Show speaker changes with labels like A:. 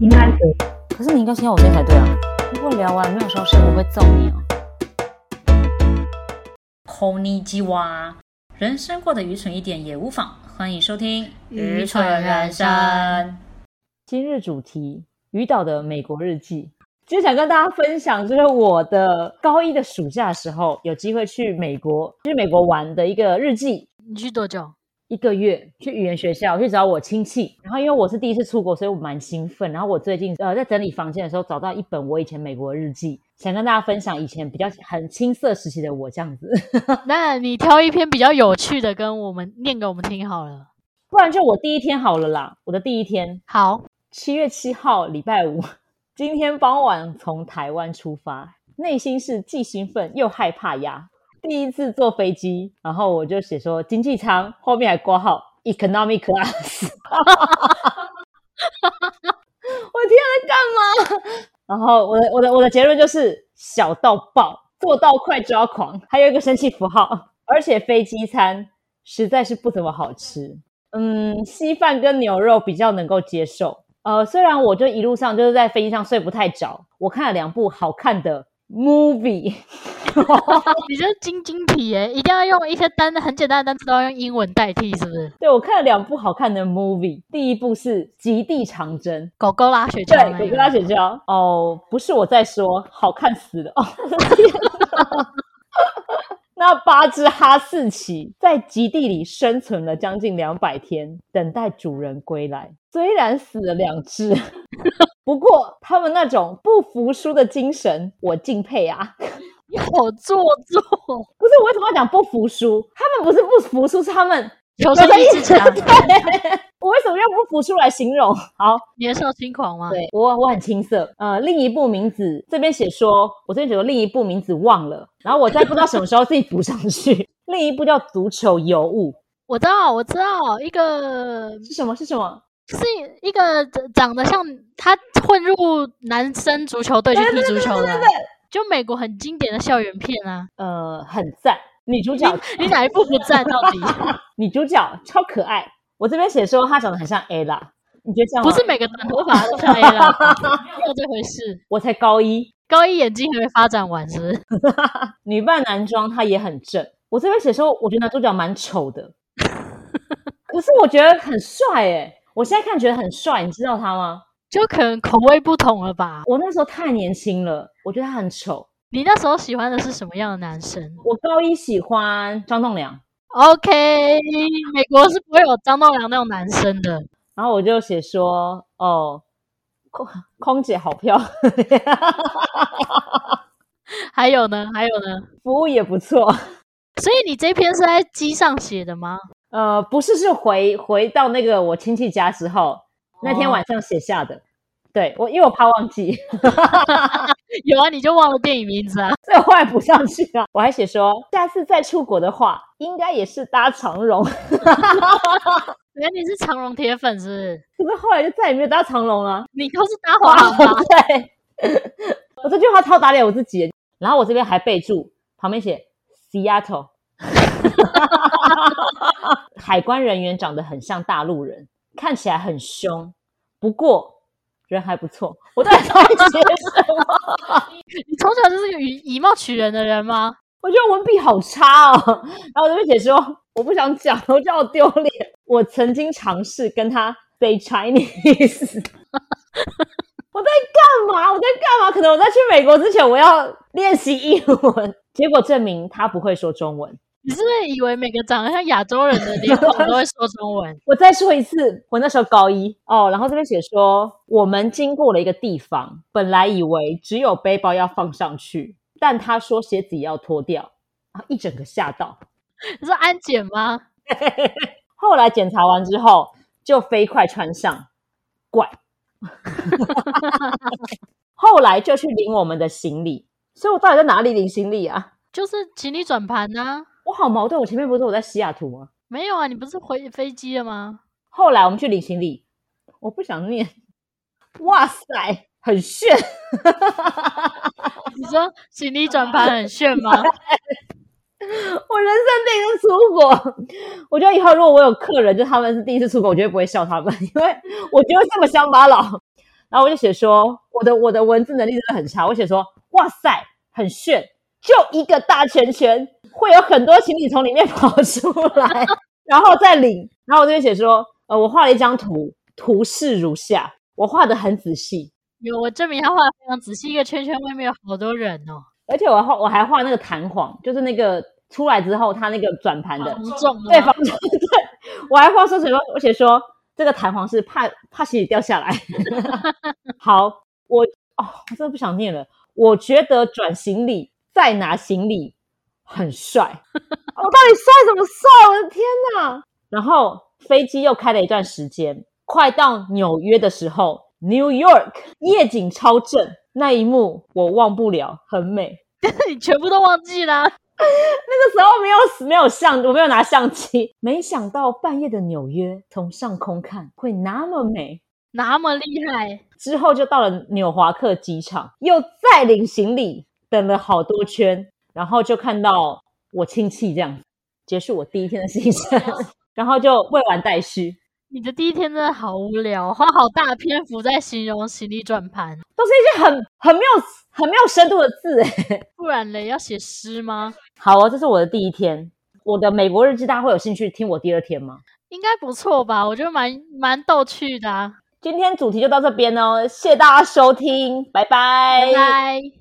A: 应该可以。
B: 可是你应该先到我这边才对啊！如果聊完没有收拾，我会揍
A: 啊
B: 你哦。红泥鸡哇，人生过得愚蠢一点也无妨。欢迎收听《
A: 愚蠢人生》。
B: 今日主题：渔岛的美国日记。
A: 就想跟大家分享，就是我的高一的暑假的时候，有机会去美国，去美国玩的一个日记，
C: 你去多久？
A: 一个月去语言学校去找我亲戚。然后因为我是第一次出国，所以我蛮兴奋。然后我最近呃在整理房间的时候，找到一本我以前美国日记，想跟大家分享以前比较很青涩时期的我这样子。
C: 那你挑一篇比较有趣的跟我们念给我们听好了。
A: 不然就我第一天好了啦，我的第一天，
C: 好，
A: 七月七号礼拜五，今天傍晚从台湾出发，内心是既兴奋又害怕呀。第一次坐飞机，然后我就写说经济舱，后面还挂号 economic class。我天啊，在干嘛？然后我的我的我的结论就是小到爆，做到快抓狂，还有一个生气符号，而且飞机餐实在是不怎么好吃。嗯，稀饭跟牛肉比较能够接受。呃，虽然我就一路上就是在飞机上睡不太着，我看了两部好看的 movie。
C: 你这晶晶体耶，一定要用一些单很简单的单词都要用英文代替，是不是？
A: 对，我看了两部好看的 movie，第一部是《极地长征》，
C: 狗狗拉雪橇
A: 对，
C: 那
A: 狗
C: 个
A: 狗拉雪橇。哦，不是我在说，好看死了。哦， 那八只哈士奇在极地里生存了将近两百天，等待主人归来。虽然死了两只， 不过他们那种不服输的精神，我敬佩啊！
C: 你好做作，
A: 不是我为什么要讲不服输？他们不是不服输，是他们，
C: 求生意志强
A: 对，我为什么用不服输来形容？好，
C: 年少轻狂吗？
A: 对我我很青涩。呃，另一部名字这边写说，我这边写说另一部名字忘了，然后我再不知道什么时候自己补上去。 另一部叫《足球尤物
C: 我知道，我知道，一个》
A: 是什么？是什么？
C: 是一个长得像他混入男生足球队去踢足球的，就美国很经典的校园片 啊。
A: 呃，很赞。女主角，啊
C: 你哪一部不赞到 底？
A: 女主角超可爱。我这边写说她长得很像 Ella，你觉得像吗？
C: 不是，每个短头发都像 A 啦，没有这回事。
A: 我才高一，
C: 高一眼睛还没发展完，是不是？
A: 女扮男装，她也很正。我这边写说，我觉得男主角蛮丑的，可是我觉得很帅诶、我现在看觉得很帅，你知道他吗？
C: 就可能口味不同了吧？
A: 我那时候太年轻了，我觉得他很丑。
C: 你那时候喜欢的是什么样的男生
A: 我高一喜欢张栋梁，
C: ？OK，美国是不会有张栋梁那种男生的。
A: 然后我就写说，哦，空空姐好漂亮，
C: 还有呢，还有呢。
A: 服务也不错。
C: 所以你这篇是在机上写的吗？
A: 呃，不是，是回回到那个我亲戚家之后，那天
C: 哦
A: 晚上写下的。对我，因为我怕忘记，
C: 有啊，你就忘了电影名字 啊。
A: 所以我后来补上去了。我还写说，下次再出国的话，应该也是搭长荣。
C: 原来你是长荣铁粉是不是？
A: 可是后来就再也没有搭长荣了。
C: 你都是搭华航 吧？
A: 对，我这句话超打脸我自己。然后我这边还备注，旁边写 Seattle，海关人员长得很像大陆人，看起来很凶，不过人还不错。我到底在写什么？
C: 你从小就是个以以貌取人的人吗？
A: 我觉得文笔好差哦。 然后我这边写说，我不想讲，我觉得好丢脸。我曾经尝试跟他 say Chinese。我在干嘛？我在干嘛？可能我在去美国之前，我要练习英文。结果证明他不会说中文。
C: 你是不是以为每个长得像亚洲人的脸孔都会说中文？
A: 我再说一次，我那时候高一哦，然后这边写说，我们经过了一个地方，本来以为只有背包要放上去，但他说鞋子也要脱掉，然后一整个吓到。
C: 你是安检吗？
A: 后来检查完之后，就飞快穿上，怪。 后来就去领我们的行李，所以我到底在哪里领行李啊？
C: 就是请你转盘啊呐、
A: 我好矛盾，我前面不是说我在西雅图吗？
C: 没有啊，你不是回飞机了吗？
A: 后来我们去领行李，我不想念。哇塞，很炫！
C: 你说请你转盘很炫吗？
A: 我人生第一次出国，我觉得以后如果我有客人，就他们是第一次出国，我绝对不会笑他们，因为我觉得这么乡巴佬。然后我就写说，我的我的文字能力真的很差，我写说，哇塞，很炫，就一个大圈圈，会有很多情侣从里面 跑出来，然后再领。然后我这边写说，呃，我画了一张图，图示如下，我画的很仔细，
C: 有我证明他画的非常仔细，一个圈圈外面有好多人哦，
A: 而且我画我还画那个弹簧，就是那个出来之后它那个转盘的，
C: 好重
A: 对
C: 的
A: 方
C: 吗，
A: 对，我还话说什么？而且说这个弹簧是怕怕鞋底掉下来。 好，我哦，我真的不想念了。我觉得转行李再拿行李很帅，哦我到底帅什么帅？我的天哪！然后飞机又开了一段时间，快到纽约的时候，New York 夜景超正，那一幕我忘不了，很美。
C: 你全部都忘记啦。
A: 那 时候没有没有相，我没有拿相机。没想到半夜的纽约，从上空看会那么美。
C: 那么厉害，
A: 之后就到了纽华克机场，又再领行李，等了好多圈，然后就看到我亲戚这样，结束我第一天的行程， 然后就未完待续，
C: 你的第一天真的好无聊，花好大篇幅在形容行李转盘，
A: 都是一些很很没有很没有深度的字、欸。
C: 不然嘞要写诗吗？
A: 好哦，这是我的第一天。我的美国日记，大家会有兴趣听我第二天吗？
C: 应该不错吧？我觉得蛮蛮逗趣的、啊，
A: 今天主题就到这边哦，谢谢大家收听，拜
C: 拜拜。